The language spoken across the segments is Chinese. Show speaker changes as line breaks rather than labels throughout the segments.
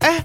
哎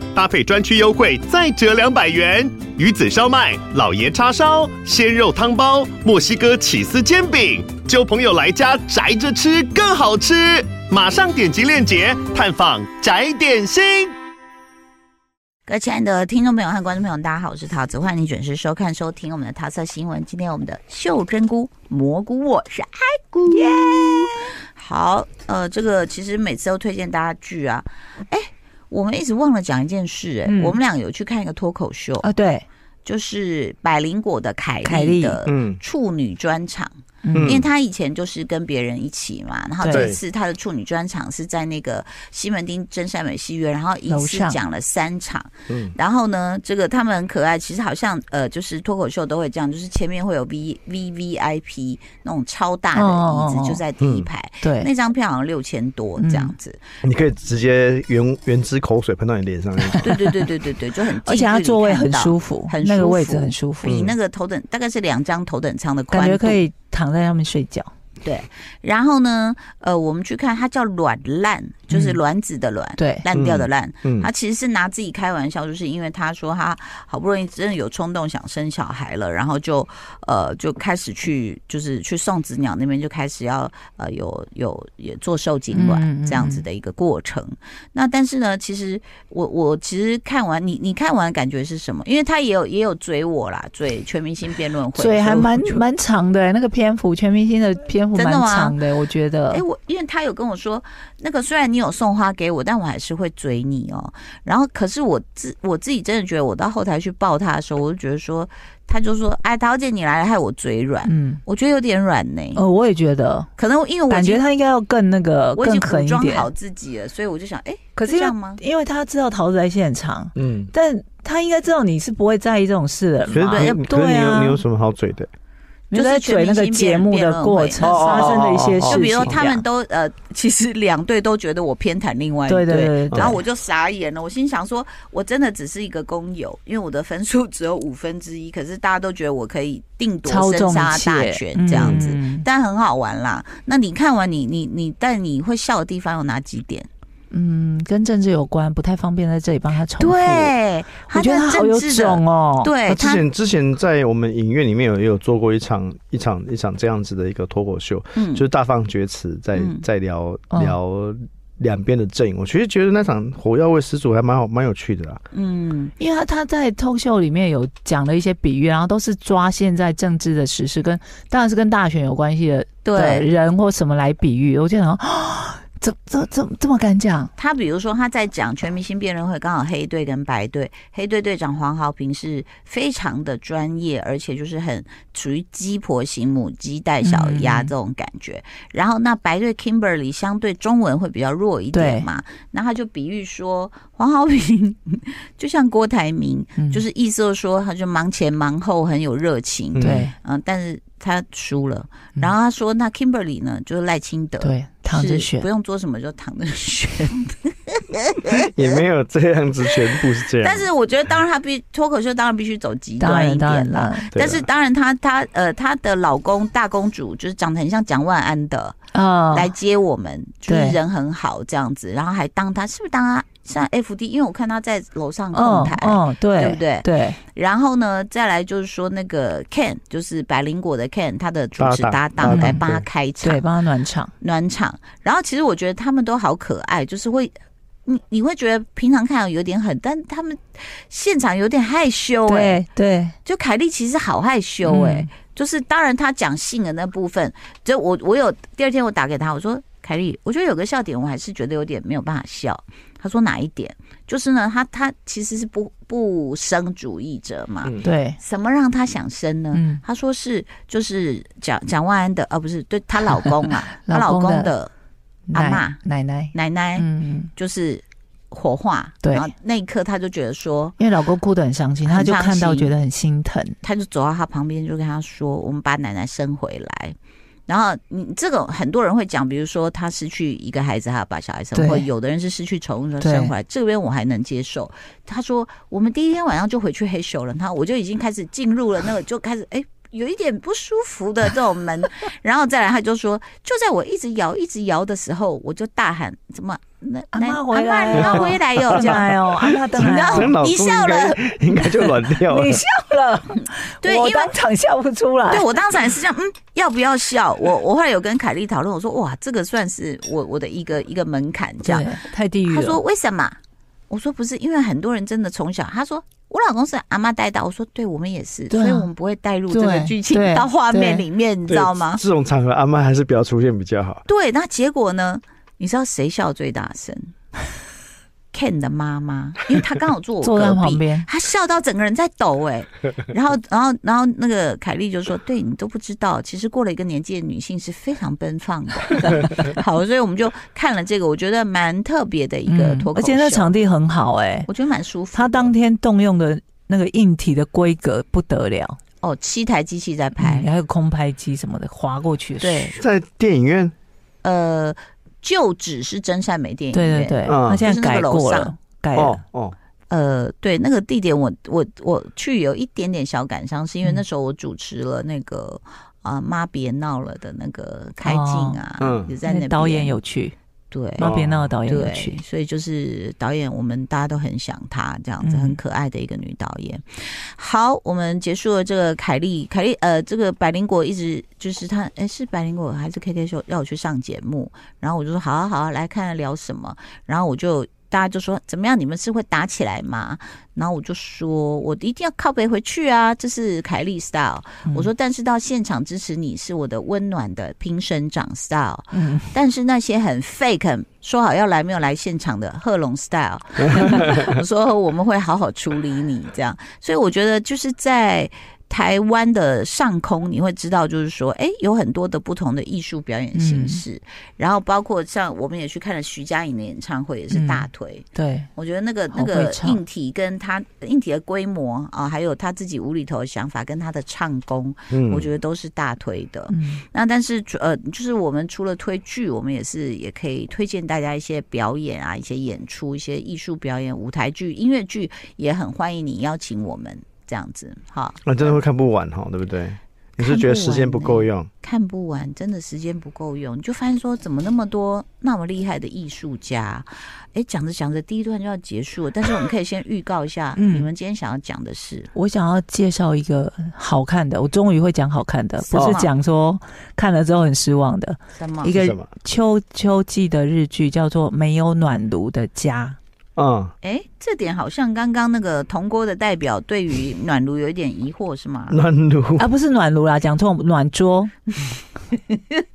搭配专区优惠再折两百元。鱼子烧麦、老爷叉烧、鲜肉汤包、墨西哥起司煎饼，就朋友来家宅着吃更好吃。马上点击链接探访宅点心。
各位亲爱的听众朋友和观众朋友，大家好，我是桃子，欢迎你准时收看收听我们的桃色新闻。今天我们的袖珍菇蘑菇我是爱菇。好，呃，这个其实每次都推荐大家剧啊，哎，我们一直忘了讲一件事、哎、
嗯
我们俩有去看一个脱口秀，
啊，对，
就是百灵果的凯
凯
莉
莉
的
嗯
处女专场。
嗯
因为他以前就是跟别人一起嘛，然后
对
这一次他的处女专场是在那个西门町真善美戏院，然后一
楼
次
上
讲了三场
嗯，
然后呢，这个他们很可爱，其实好像呃，就是脱口秀都会这样，就是前面会有 V V V I P 那种超大
哦
的椅
哦
子
哦
就在第一排，
对，嗯
那张票好像六千多这样子，
你可以直接原原汁口水喷到你脸上那种。
对对对对对对，就很 近
而且他
距离
座位
看
很
到
舒服，
很
那个
舒
位置
服
很舒服，
比那个头等大概是两张头等舱的宽
感
度，嗯
觉可以躺在上面睡觉。
然后呢，呃，我们去看，它叫卵烂，就是
嗯
卵子的卵，
对
烂掉的烂。
嗯
他其实是拿自己开玩笑，就是因为他说他好不容易真的有冲动想生小孩了，然后就呃就开始去就是去送子鸟那边就开始要呃有有也做受精
嗯嗯
卵
嗯
这样子的一个过程。那但是呢，其实我我其实看完你你看完感觉是什么？因为他也有也有追我啦，追全明星辩论会，
所以还
我
蛮
就
蛮长的、那个篇幅，全明星的篇幅
真
蛮
的吗
长的、我觉得。
哎、我因为他有跟我说，那个虽然你有送花给我，但我还是会追你哦。然后，可是我自我自己真的觉得，我到后台去抱他的时候，我就觉得说，他就说：“哎，桃姐，你来了，害我嘴软。
嗯，
我觉得有点软呢、
呃，我也觉得，
可能因为我已
感觉
经
他应该要更那个
我
更
已经
狠
武
一
装
点。
好自己了，所以我就想，哎、
可是
这
因
样
为
吗？
因为他知道桃子在现场，
嗯，
但他应该知道你是不会在意这种事的
可是
嘛。
哎
你，可是
对
你有
啊
你有什么好嘴的？
你在嘴那个节目的过程
哦
就是
发生的一些事情，
就比如说他们都呃，其实两队都觉得我偏袒另外一
对
队，
对对对，
然后我就傻眼了，我心想说，我真的只是一个工友，因为我的分数只有五分之一，可是大家都觉得我可以定夺
超
生
重
杀大权这样子，
嗯
但很好玩啦。那你看完你你你，但你会笑的地方有哪几点？
嗯，跟政治有关，不太方便在这里帮他重复。，
对，
我觉得他
他的
好有
政治的，
种哦。，
对
那之
他，
前之前在我们影院里面有也有做过一场一场一场这样子的一个脱口秀，
嗯
就是大放厥词，在
嗯
在聊
哦
聊两边的阵营。我其实觉得那场火药味十足，还蛮好蛮有趣的啦。
嗯，
因为他他在脱秀里面有讲了一些比喻，然后都是抓现在政治的时事跟当然是跟大选有关系的的
对。
人或什么来比喻，我就想，啊怎怎怎这么敢讲？
他比如说他在讲全明星辩论会，刚好黑队跟白队，黑队队长黄豪平是非常的专业，而且就是很属于鸡婆型母鸡带小鸭
嗯
这种感觉。然后那白队 Kimberly 相对中文会比较弱一点
对
嘛，那他就比喻说黄豪平 就像郭台铭，
嗯
就是意思就是说他就忙前忙后很有热情，嗯、
嗯
对
但是他输了。
嗯
然后他说那 Kimberly 呢就是赖清德，
对，躺着
是
选
不。用做什么就躺着选。
也没有这样子，全部是这样。嗯
但是我觉得，当然他必脱口秀当然必须走极
当
端一
然，当然
点啦。
了，
对啦啊
但是当然她，她呃，她的老公大公主就是长得很像蒋万安的，
啊
来接我们，就是
对
人很好这样子，然后还当她是不是当她上 FD？因为我看她在楼上控
嗯
台，
嗯，对，
对不对
对，
然后呢，再来就是说那个 Ken，就是百灵果的 Ken，他的主持搭
搭档
档
搭档
来帮他
对
开场
对，，帮他暖场。
暖场。然后其实我觉得他们都好可爱，就是会。你你会觉得平常看有点狠，但他们现场有点害羞哎、
对对，
就凯莉其实好害羞哎、
嗯
就是当然她讲性的那部分，就我我有第二天我打给她，我说凯莉，我觉得有个笑点我还是觉得有点没有办法笑。她说哪一点？就是呢，她她其实是不不生主义者嘛，
嗯
对，
什么让她想生呢？
嗯，
她说是就是蒋蒋万安的，呃、不是对她老公啊，她
老
老
公的
公的阿
奶奶奶，
奶奶
嗯，
就是火化，
对
然后那一刻她就觉得说，
因为老公哭得很伤心，
很
他就
伤
看到
心
觉得很心疼。
他就走到他旁边，就跟他说：“我们把奶奶生回来。”然后你这个很多人会讲，比如说他失去一个孩子，还要把小孩生
对
或有的人是失去宠物
对
生回来，这边我还能接受。他说我们第一天晚上就回去黑咻了，然后我就已经开始进入了那个，就开始哎。有一点不舒服的这 种门，然后再来，他就说，就在我一直摇、一直摇的时候，我就大喊：“怎么？那
阿嬷
那
回来
阿嬷你要
了
回来哦哟！” 这样，啊
哎呦， 阿妈等
你知道
可能老
你
公
笑
应
了
该应该就软掉 了
你。笑了，
对
我
因为
当场笑不出来
对。我当场也是这样，嗯，要不要笑？我我后来有跟凯莉讨论，我说哇，这个算是我我的一个一个门槛，这样
对。，哦太地狱
他说
了。
为什么？我说不是，因为很多人真的从小，他说我老公是阿妈带大，我说对我们也是，
对啊
所以我们不会带入这个
对
剧情
对
到画面
对
里面，你知
对
道吗？
这种场合，阿妈还是不要出现比较好。
对，那结果呢？你知道谁笑最大声？Ken 的妈妈，因为她刚好坐 我
坐在
隔壁
旁边
她笑到整个人在抖哎、然后，然后，然后那个凯莉就说：“对你都不知道，其实过了一个年纪的女性是非常奔放的。”好，所以我们就看了这个，我觉得蛮特别的一个
嗯
脱口秀，
而且那场地很好哎、
我觉得蛮舒服的。
他当天动用的那个硬体的规格不得了，
哦，七台机器在拍
嗯，还有空拍机什么的划过去，
对，
在电影院，
呃，就只是真善美电影
对
院
对，对，
嗯
他现在
就是那个
改过
楼上
了，改了。
哦哦，
呃，对，那个地点我我我去有一点点小感伤，是因为
嗯
那时候我主持了那个啊、妈别闹了的那个开镜啊，
哦嗯
也在
那
那
导演
边
有去，
对。
那
哦
边那个导演有
对
去，，
所以就是导演，我们大家都很想她这样子，
嗯
很可爱的一个女导演。好，我们结束了这个凯莉，凯莉呃，这个百灵果一直就是她，哎，是百灵果还是 KK 秀要我去上节目，然后我就说好啊好啊，来看看聊什么，然后我就。大家就说怎么样？你们是会打起来吗？然后我就说，我一定要靠北回去啊！这是凯莉 style。
嗯
我说，但是到现场支持你是我的温暖的评审长 style。
嗯，
但是那些很 fake 很说好要来没有来现场的贺龙 style，我说我们会好好处理你这样，所以我觉得就是在。台湾的上空，你会知道，就是说，哎、有很多的不同的艺术表演形式，
嗯
然后包括像我们也去看了徐佳莹的演唱会，也是大腿，
对，
我觉得那个
嗯好
那个
会唱
硬体跟他硬体的规模啊、还有他自己无厘头的想法跟他的唱功，
嗯，
我觉得都是大推的。
嗯，
那但是除呃，就是我们除了推剧，我们也是也可以推荐大家一些表演啊，一些演出，一些艺术表演、舞台剧、音乐剧，也很欢迎你邀请我们这样子哈。
啊，真的会看不完哈，对不对？你是觉得时间不够用？
看不完，真的时间不够用，你就发现说怎么那么多那么厉害的艺术家？哎，讲着讲着第一段就要结束了，但是我们可以先预告一下
嗯
你们今天想要讲的事。
我想要介绍一个好看的，我终于会讲好看的，
什
不
么
是讲说看了之后很失望的。
什么
一？
是
个
什么？
秋秋季的日剧叫做《没有暖炉的家
嗯，
哎，这点好像刚刚那个铜锅的代表对于暖炉有一点疑惑是吗？
暖炉》
啊，不是暖炉啦，讲错暖桌，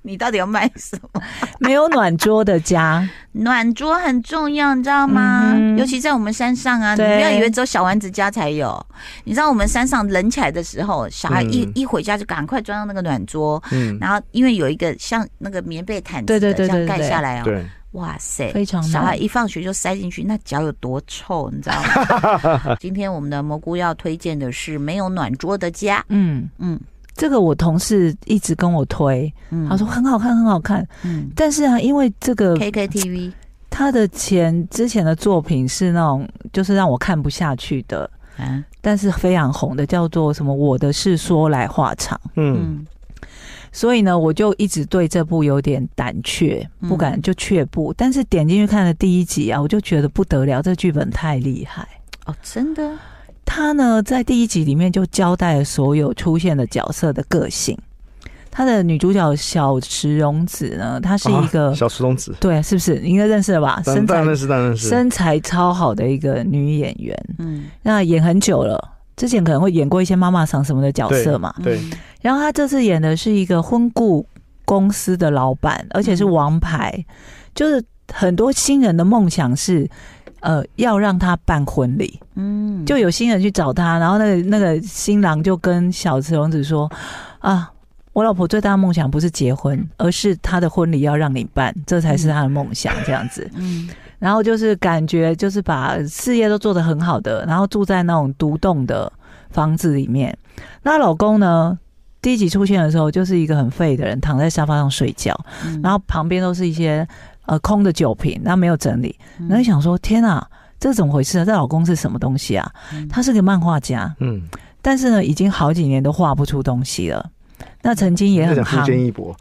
你到底要卖什么？
没有暖桌的 家。
暖桌很重要，你知道吗？
嗯哼
尤其在我们山上啊，你
对
不要以为只有小丸子家才有。你知道我们山上冷起来的时候，小孩一、
嗯
一回家就赶快装上那个暖桌，
嗯，
然后因为有一个像那个棉被毯子的
对对对
这样
对对
盖下来哦，
对，
哇塞，
非常暖
小孩一放学就塞进去，那脚有多臭，你知道吗？ 今天我们的蘑菇要推荐的是没有暖桌的家，
嗯，
嗯
这个我同事一直跟我推，
嗯，
他说很好看，很好看。
嗯
但是啊，因为这个
，KKTV
他的前之前的作品是那种就是让我看不下去的，
啊，
但是非常红的，叫做什么《我的事说来话长》。
嗯，
嗯
所以呢，我就一直对这部有点胆怯，
嗯
不敢就却步。但是点进去看了第一集啊，我就觉得不得了，这剧本太厉害。
哦，真的，
他呢，在第一集里面就交代了所有出现的角色的个性。他的女主角小池荣子呢，她是一个、
啊小石龙子，
对，是不是你应该认识了吧？
当
身材
当然认识，当然认识。
身材超好的一个女演员，
嗯，
那演很久了，之前可能会演过一些妈妈桑什么的角色嘛。
对
嗯
然后她这次演的是一个婚顾公司的老板，而且是王牌，就是很多新人的梦想是。呃，要让他办婚礼，
嗯，
就有新人去找他，然后那个那个新郎就跟小池荣子说：“啊，我老婆最大的梦想不是结婚，而是她的婚礼要让你办，这才是她的梦想。”这样子，
嗯。
然后就是感觉就是把事业都做得很好的，然后住在那种独栋的房子里面。那老公呢，第一集出现的时候，就是一个很废的人躺在沙发上睡觉，
嗯
然后旁边都是一些呃空的酒瓶，那没有整理，
嗯
然后想说天啊，这怎么回事啊？这老公是什么东西啊？
嗯
他是个漫画家，
嗯，
但是呢，已经好几年都画不出东西了。那曾经也
在
很
讲富坚
夯，
义博，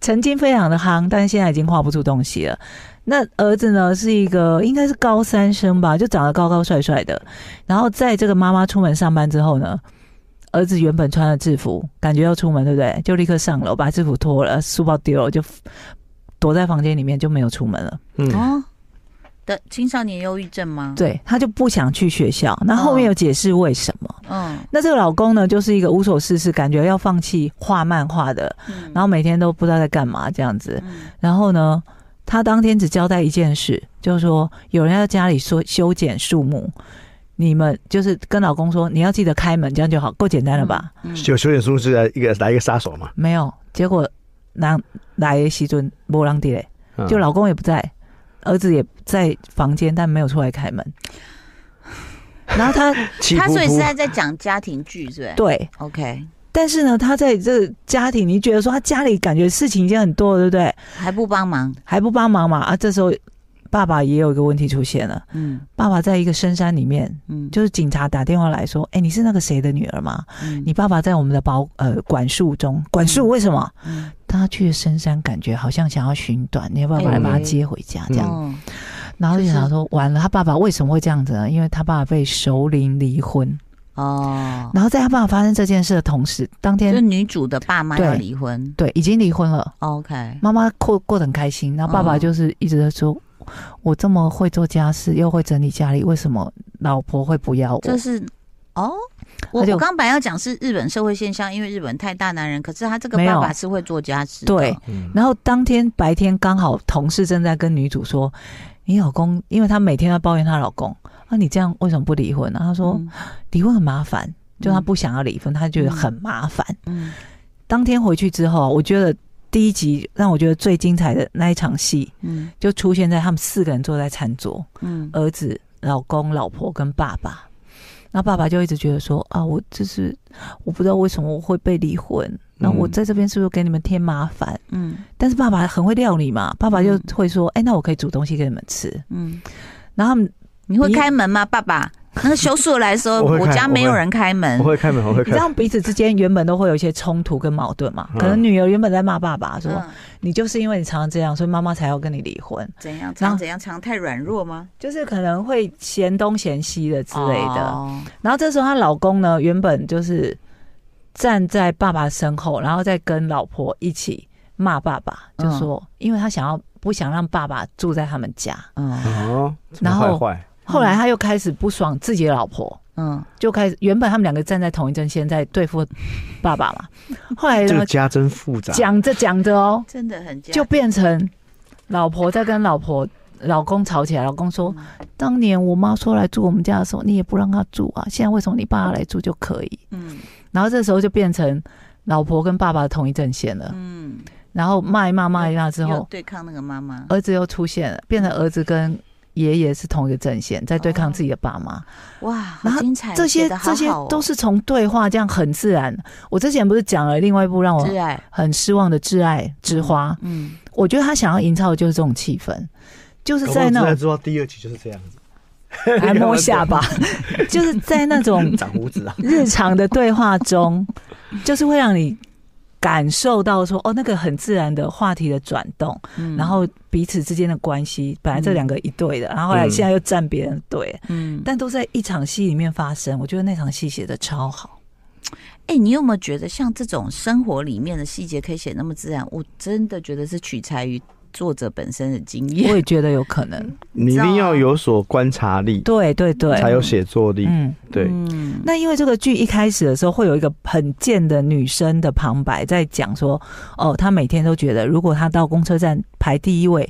曾经非常的夯，但是现在已经画不出东西了。那儿子呢是一个应该是高三生吧，就长得高高帅帅的。然后在这个妈妈出门上班之后呢，儿子原本穿了制服，感觉要出门，对不对？就立刻上楼把制服脱了，书包丢了，就躲在房间里面就没有出门了。
嗯，
哦的青少年忧郁症吗？，
对他就不想去学校。那后面有解释为什么。
嗯，
那这个老公呢，就是一个无所事事，感觉要放弃画漫画的，
嗯
然后每天都不知道在干嘛这样子。
嗯
然后呢，他当天只交代一件事，就是说有人在家里说修剪树木，你们就是跟老公说你要记得开门，这样就好，够简单了吧？
嗯
有修剪术是来一个来一个杀手嘛，
没有，结果男来的时阵没人地嘞，
嗯
就老公也不在，儿子也在房间，但没有出来 开门。然后他
气
他
呼
所以
呼
是在在讲家庭剧，对不对
对，
？OK，
但是呢，他在这个家庭，你觉得说他家里感觉事情已经很多了，对不对？
还不帮忙，
还不帮忙嘛？啊，这时候爸爸也有一个问题出现了。
嗯
爸爸在一个深山里面，
嗯，
就是警察打电话来说：“哎、你是那个谁的女儿吗？
嗯
你爸爸在我们的保呃管束中，管束为什么？
嗯
他去了深山，感觉好像想要寻短，你要不要来把他
哎
接回家？这样，
哦
然后就想说，完了，他爸爸为什么会这样子呢？因为他爸爸被熟龄离婚。
哦，
然后在他爸爸发生这件事的同时，当
就
天
女主的爸妈要
对
离婚
对已经离婚了。”
，OK，
妈妈过过得很开心，然后爸爸
嗯
就是一直在说，我这么会做家事，又会整理家里，为什么老婆会不要我？
这是哦。我
而且
我
我
刚本来要讲是日本社会现象，因为日本太大男人，可是他这个
没有
爸爸是会做家事的，
对，
嗯
然后当天白天刚好同事正在跟女主说，你老公，因为她每天要抱怨她老公，啊，你这样为什么不离婚呢、啊？她说、
嗯
离婚很麻烦，就她
嗯
不想要离婚，她觉得很麻烦。
嗯
当天回去之后，啊我觉得第一集让我觉得最精彩的那一场戏，
嗯
就出现在他们四个人坐在餐桌，
嗯
儿子、老公、老婆跟爸爸。那爸爸就一直觉得说啊，我就是我不知道为什么我会被离婚，那我在这边是不是给你们添麻烦？
嗯
但是爸爸很会料理嘛，爸爸就
嗯
会说，哎、那我可以煮东西给你们吃。
嗯，
然后他们，
你会
你
开门吗，爸爸？那个修树来说，
我会
我
开
家没有
我会
人开门
我，会开门，我会
你知
开门，
道彼此之间原本都会有一些冲突跟矛盾嘛，
嗯
可能女儿原本在骂爸爸说，
嗯
你就是因为你常常这样，所以妈妈才要跟你离婚，
怎样？
然
常
后
怎样？常太软弱吗？
就是可能会嫌东嫌西的之类的。
哦
然后这时候她老公呢，原本就是站在爸爸身后，然后再跟老婆一起骂爸爸，就说、
嗯
因为他想要不想让爸爸住在他们家。
嗯
哦，这么
然后
坏坏，
后来他又开始不爽自己的老婆，
嗯，
就开始原本他们两个站在同一阵线在对付爸爸 嘛，哎后来
这
呢
个家真复杂，
讲着讲着哦，
真的很假
就变成老婆在跟老婆。老公吵起来，老公说：“
嗯
当年我妈说来住我们家的时候，你也不让她住啊，现在为什么你爸来住就可以？”
嗯
然后这时候就变成老婆跟爸爸同一阵线了。
嗯，
然后骂一骂骂一骂之
要
后，呃
对抗那个妈妈，
儿子又出现了，变成儿子跟爷爷是同一个阵线，在对
哦
抗自己的爸妈。
哇，好
然后
精彩，
这些
写得好
这些
好哦
都是从对话这样很自然。我之前不是讲了另外一部让我
挚爱，
很失望的《挚爱之花》，
啊嗯，
我觉得他想要营造的就是这种气氛，就是
搞不好
在那
自然
种
知道第二集就是这样子，
还摸下巴， 就是在那种
长胡 子啊，
日常的对话中，就是会让你感受到说，哦，那个很自然的话题的转动，
嗯
然后彼此之间的关系，本来这两个一对的，然后后来
嗯
现在又站别人对，
嗯，
但都在一场戏里面发生。我觉得那场戏写的超好，
哎、你有没有觉得像这种生活里面的细节可以写那么自然？我真的觉得是取材于作者本身的经
我
验。
也觉得有可能。
你一定要有所观察力，
对对对，
才有写作力，
嗯。
对，
嗯，
那因为这个剧一开始的时候，会有一个很贱的女生的旁白在讲说，哦，她每天都觉得，如果她到公车站排第一位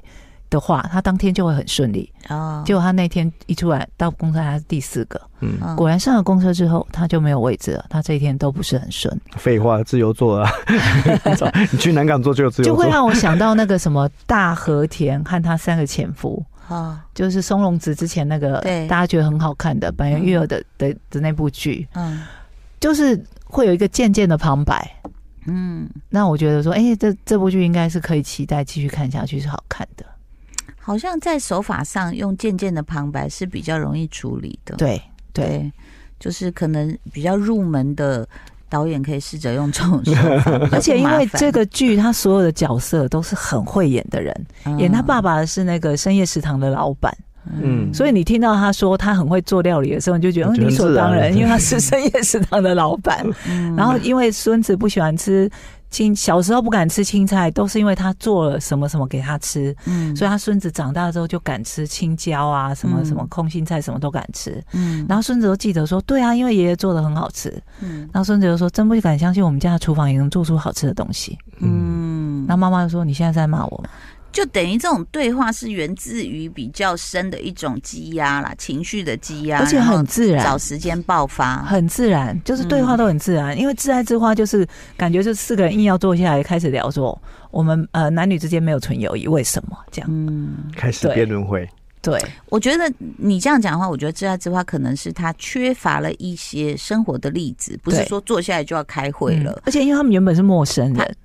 的话，她当天就会很顺利。
哦，
结果她那天一出来到公车，她是第四个。
嗯，
嗯
果然上了公车之后，她就没有位置了。她这一天都不是很顺，
废话，自由做 啊，你去南港做就有自由
就会
做，
让我想到那个什么大和田和她三个前夫，
哦，
就是松隆子之前那个
对
大家觉得很好看的板垣育儿的的的那部剧。
嗯
就是会有一个渐渐的旁白。
嗯，
那我觉得说，哎、这这部剧应该是可以期待继续看下去，是好看的。
好像在手法上用渐渐的旁白是比较容易处理的。
对对，
嗯对，就是可能比较入门的导演可以试着用这种手 法，比较
而且
不
因
麻
为
烦
这个剧，他所有的角色都是很会演的人，
嗯
演他爸，爸的是那个深夜食堂的老板，
嗯
所以你听到他说他很会做料理的时候，你就觉得
我
嗯
觉得
理所当
自
然，
然
因为他是深夜食堂的老板。
嗯
然后因为孙子不喜欢吃青，小时候不敢吃青菜，都是因为他做了什么什么给他吃，
嗯
所以
以
他孙子长大之后就敢吃青椒啊，什么什么空心菜，什么都敢吃。
嗯
然后孙子都记得说，对啊，因为爷爷做的很好吃。
嗯
然后孙子就说，真不敢相信我们家的厨房也能做出好吃的东西。
嗯
然后妈妈就说，你现在在骂我吗？
就等于这种对话是源自于比较深的一种积压啦，情绪的积压，
而且
啊然后
很自然啊
找。时间爆发。
很自然，就是对
嗯
话都很自然，因为自爱自话就是感觉这四个人硬要坐下来开始聊说，我们呃男女之间没有纯友谊，为什么这样？
嗯，
开始
对
辩论会，
对，
我觉得你这样讲的话，我觉得自爱自话可能是他缺乏了一些生活的例子，不是
对
说坐下来就要开会
嗯
了。
而且因为他们原本是陌生人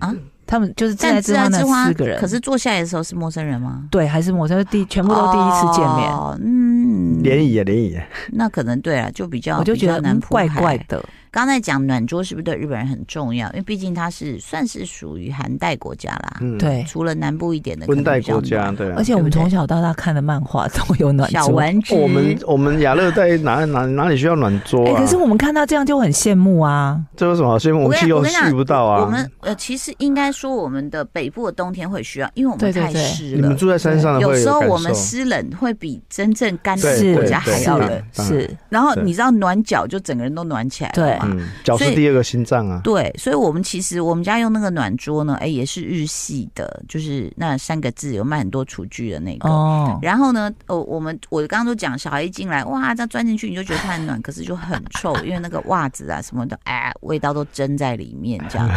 啊，
他们就是自爱
但自
自话
爱
那
之花
四个人，
可是坐下来的时候是陌生人吗？
对还是陌生，就第全部都第一次见面，
哦、嗯，
联谊啊联谊啊，
那可能对了，就比较
我就觉
比
得
较难
嗯
铺
怪
排
怪的，
刚才讲暖桌是不是对日本人很重要？因为毕竟它是算是属于寒带国家啦，
嗯，，
对。
除了南部一点的
温带国。
可
家
能比较暖
对啊
而。且我们
对不对
从小到大看的漫画都有暖
小
桌，
丸子，
哦我们我们亚热带哪哪哪里需要暖桌
哎，
啊？
可是我们看到这样就很羡慕啊，
这有什么好羡慕？
我
我
跟
们
你
气
我
候
跟你讲
去不到啊。
我们呃，其实应该说我们的北部的冬天会需要，因为我们
对对
太
对
湿
你
了
们。住在山上
有
会
时
有
候
感
我们
受
湿冷会比真正干
对
的
是
国
对
家还
对
要
对
冷，
是
当然
是，
然后
对
你知道暖脚就整个人都暖起来了
对
嘛。
嗯，脚
所
是
以
第二个心脏啊。
对，啊所以我们其实我们家用那个暖桌呢，哎，也是日系的，就是那三个字有卖很多厨具的那个。
哦，
然后呢，哦，我们我刚刚都讲，小孩一进来，哇，这样钻进去你就觉得它很 暖，可是就很臭，因为那个袜子啊什么的，哎，味道都蒸在里面这 样。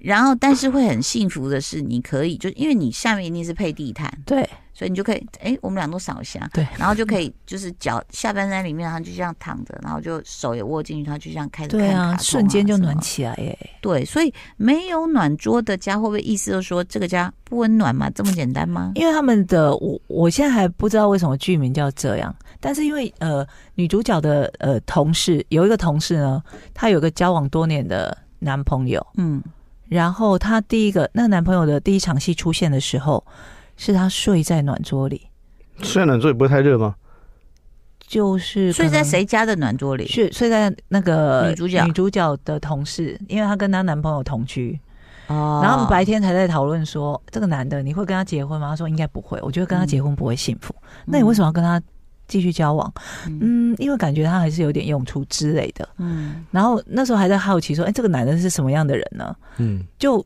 然后，但是会很幸福的是，你可以就因为你下面一定是配地毯，
对，
所以你就可以，哎，我们俩都扫一下，
对，
然后就可以就是脚下半身在里面，然后就这样躺着，然后就手也握进去，它就这样开始
对
看卡通
啊，瞬间就
什么
暖起来耶，
对，所以没有暖桌的家，会不会意思就是说这个家不温暖吗？这么简单吗？
因为他们的呃我我现在还不知道为什么剧名叫这样，但是因为呃女主角的呃同事有一个同事呢，她有个交往多年的男朋友，
嗯，
然后她第一个那个男朋友的第一场戏出现的时候，是她睡在暖桌里，
虽然暖桌也不会太热吗？
就是
所以在
可能
谁家的暖桌里？
睡睡在那个
女主角
女主角的同事，因为她跟她男朋友同居，
哦
然后我们白天才在讨论说这个男的你会跟他结婚吗？他说应该不会，我觉得跟他结婚不会幸福。那你为什么要跟他继续交往？
嗯
嗯，因为感觉他还是有点用处之类的。
嗯
然后那时候还在好奇说，哎、这个男人是什么样的人呢？
嗯，
就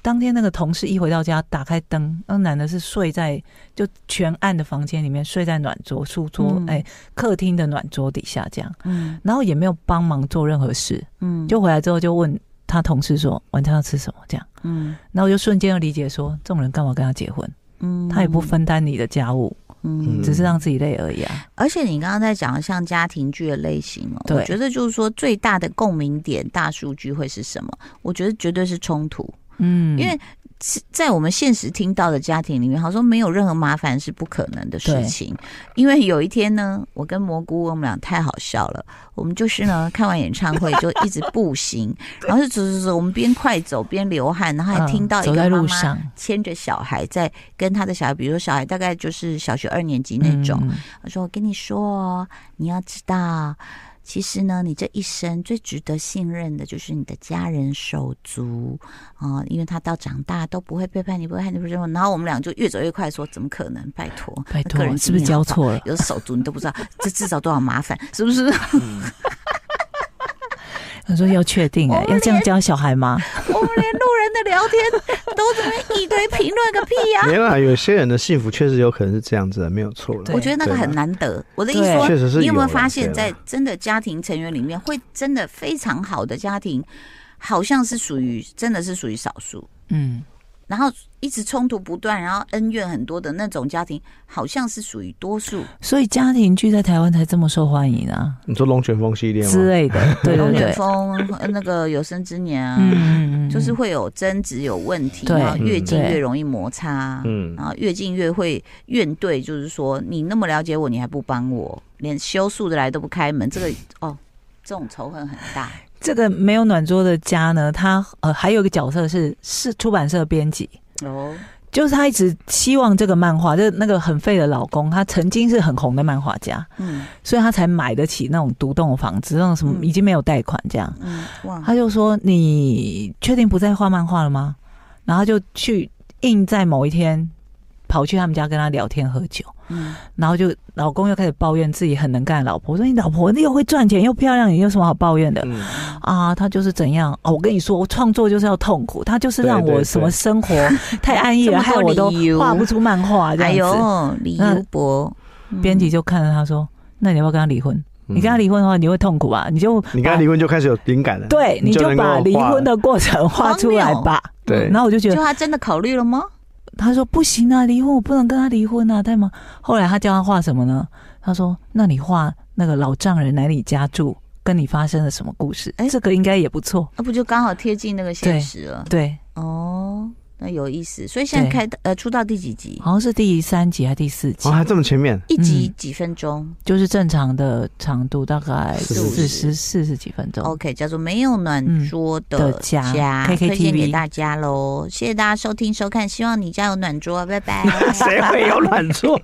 当天那个同事一回到家，打开灯，那男的是睡在就全暗的房间里面，睡在暖桌、书桌，
嗯
哎、客厅的暖桌底下这样，
嗯
然后也没有帮忙做任何事。
嗯
就回来之后就问他同事说，晚餐要吃什么？这样，
嗯
然后我就瞬间就理解说，这种人干嘛跟他结婚？
嗯
他也不，分担你的家务，
嗯
嗯
只是让自己累而已啊。
而且你刚刚在讲像家庭剧的类型哦，
对
我觉得就是说最大的共鸣点，大数据会是什么？我觉得绝对是冲突，
嗯
因为是在我们现实听到的家庭里面，好像没有任何麻烦是不可能的事情。因为有一天呢，我跟蘑菇我们俩太好笑了，我们就是 呢看完演唱会就一直步行，然后就走走走，我们边快走边流汗，然后还听到
嗯
一
走
个
在
妈
路
妈
上
牵着小孩在跟他的小孩，比如说小孩大概就是小学二年级那种，
嗯
我说：“我跟你说哦，你要知道，其实呢，你这一生最值得信任的就是你的家人手足啊、因为他到长大都不会背叛你，不会害你，不是然后我们俩就越走越快，说：“怎么可能？拜托，那
拜
个
托
人，
是不是
经验好
教
不好？
错 了？
有手足你都不知道，这制造多少麻烦，是不 是？
他说要确定哎、
我们
要这样教小孩吗？
我们连路人的聊天 都这么一堆评论个屁呀、
没啦，有些人的幸福确实有可能是这样子啊的，没有错了。
对
我觉得那个
对啊
很难得。我的意思
对
说，
确实是
你有没有
啦
发现，
对
在
啦
真的家庭成员里面，会真的非常好的家庭，好像是属于真的是属于少数。
嗯，
然后一直冲突不断，然后恩怨很多的那种家庭，好像是属于多数。
所以家庭剧在台湾才这么受欢迎啊
你说龙卷风系列吗？
之 类的，对
龙
对
卷
对，
风呃那个有生之年啊，
嗯，
就是会有争执、有问题，
对
然后越近
嗯对
越容易摩擦，
嗯
然后越近越会怨怼，就是说你那么了解我，你还不帮我，连修树的来都不开门，这个哦，这种仇恨很大。
这个没有暖桌的家呢，他呃还有一个角色是是出版社编辑，
哦，
就是他一直希望这个漫画，就是那个很废的老公，他曾经是很红的漫画家，
嗯
所以他才买得起那种独栋房子，那种什么
嗯
已经没有贷款这样。
嗯，哇，
他就说：“你确定不再画漫画了吗？”然后就去硬在某一天跑去他们家跟他聊天喝酒，
嗯
然后就老公又开始抱怨自己很能干的老婆，说：“你老婆又会赚钱又漂亮，你有什么好抱怨的？”
嗯，
啊，他就是怎样哦！我跟你说，我创作就是要痛苦，他就是让
对对
我
对
什么生活 太安逸 了，
这
害
么
我
多
都
理由
画不出漫画这
哎
样子。
呦，李
那
优博嗯
编辑就看着他说：“那你要不要跟他离婚？你跟他离婚的话，你会痛苦吧？你就
嗯你跟他
把
离婚就开始有灵感了，
对，你就
能够
把离
画
婚的过程画出来吧。”
对
然后我就觉
嗯就
得
他真的考虑了吗？
他说：“不行啊，离婚我不能跟他离婚啊，太忙。”后来他叫他画什么呢？他说：“那你画那个老丈人来你家住，跟你发生了什么故事？
哎
这个应该也不错。
那、不就刚好贴近那个现实了？
对，
哦，那有意思。所以现在
对
开呃出到第几集？
好像是第三集还是第四集
哇，？哦啊还这么前面，
一集
嗯
几分钟？
就是正常的长度，大概
40
四十四十几分钟。
OK，叫做没有暖桌的
嗯的家
推荐
KKTV
给大家喽。谢 谢大家收听收看，希望你家有暖桌，拜拜。
谁会有软座？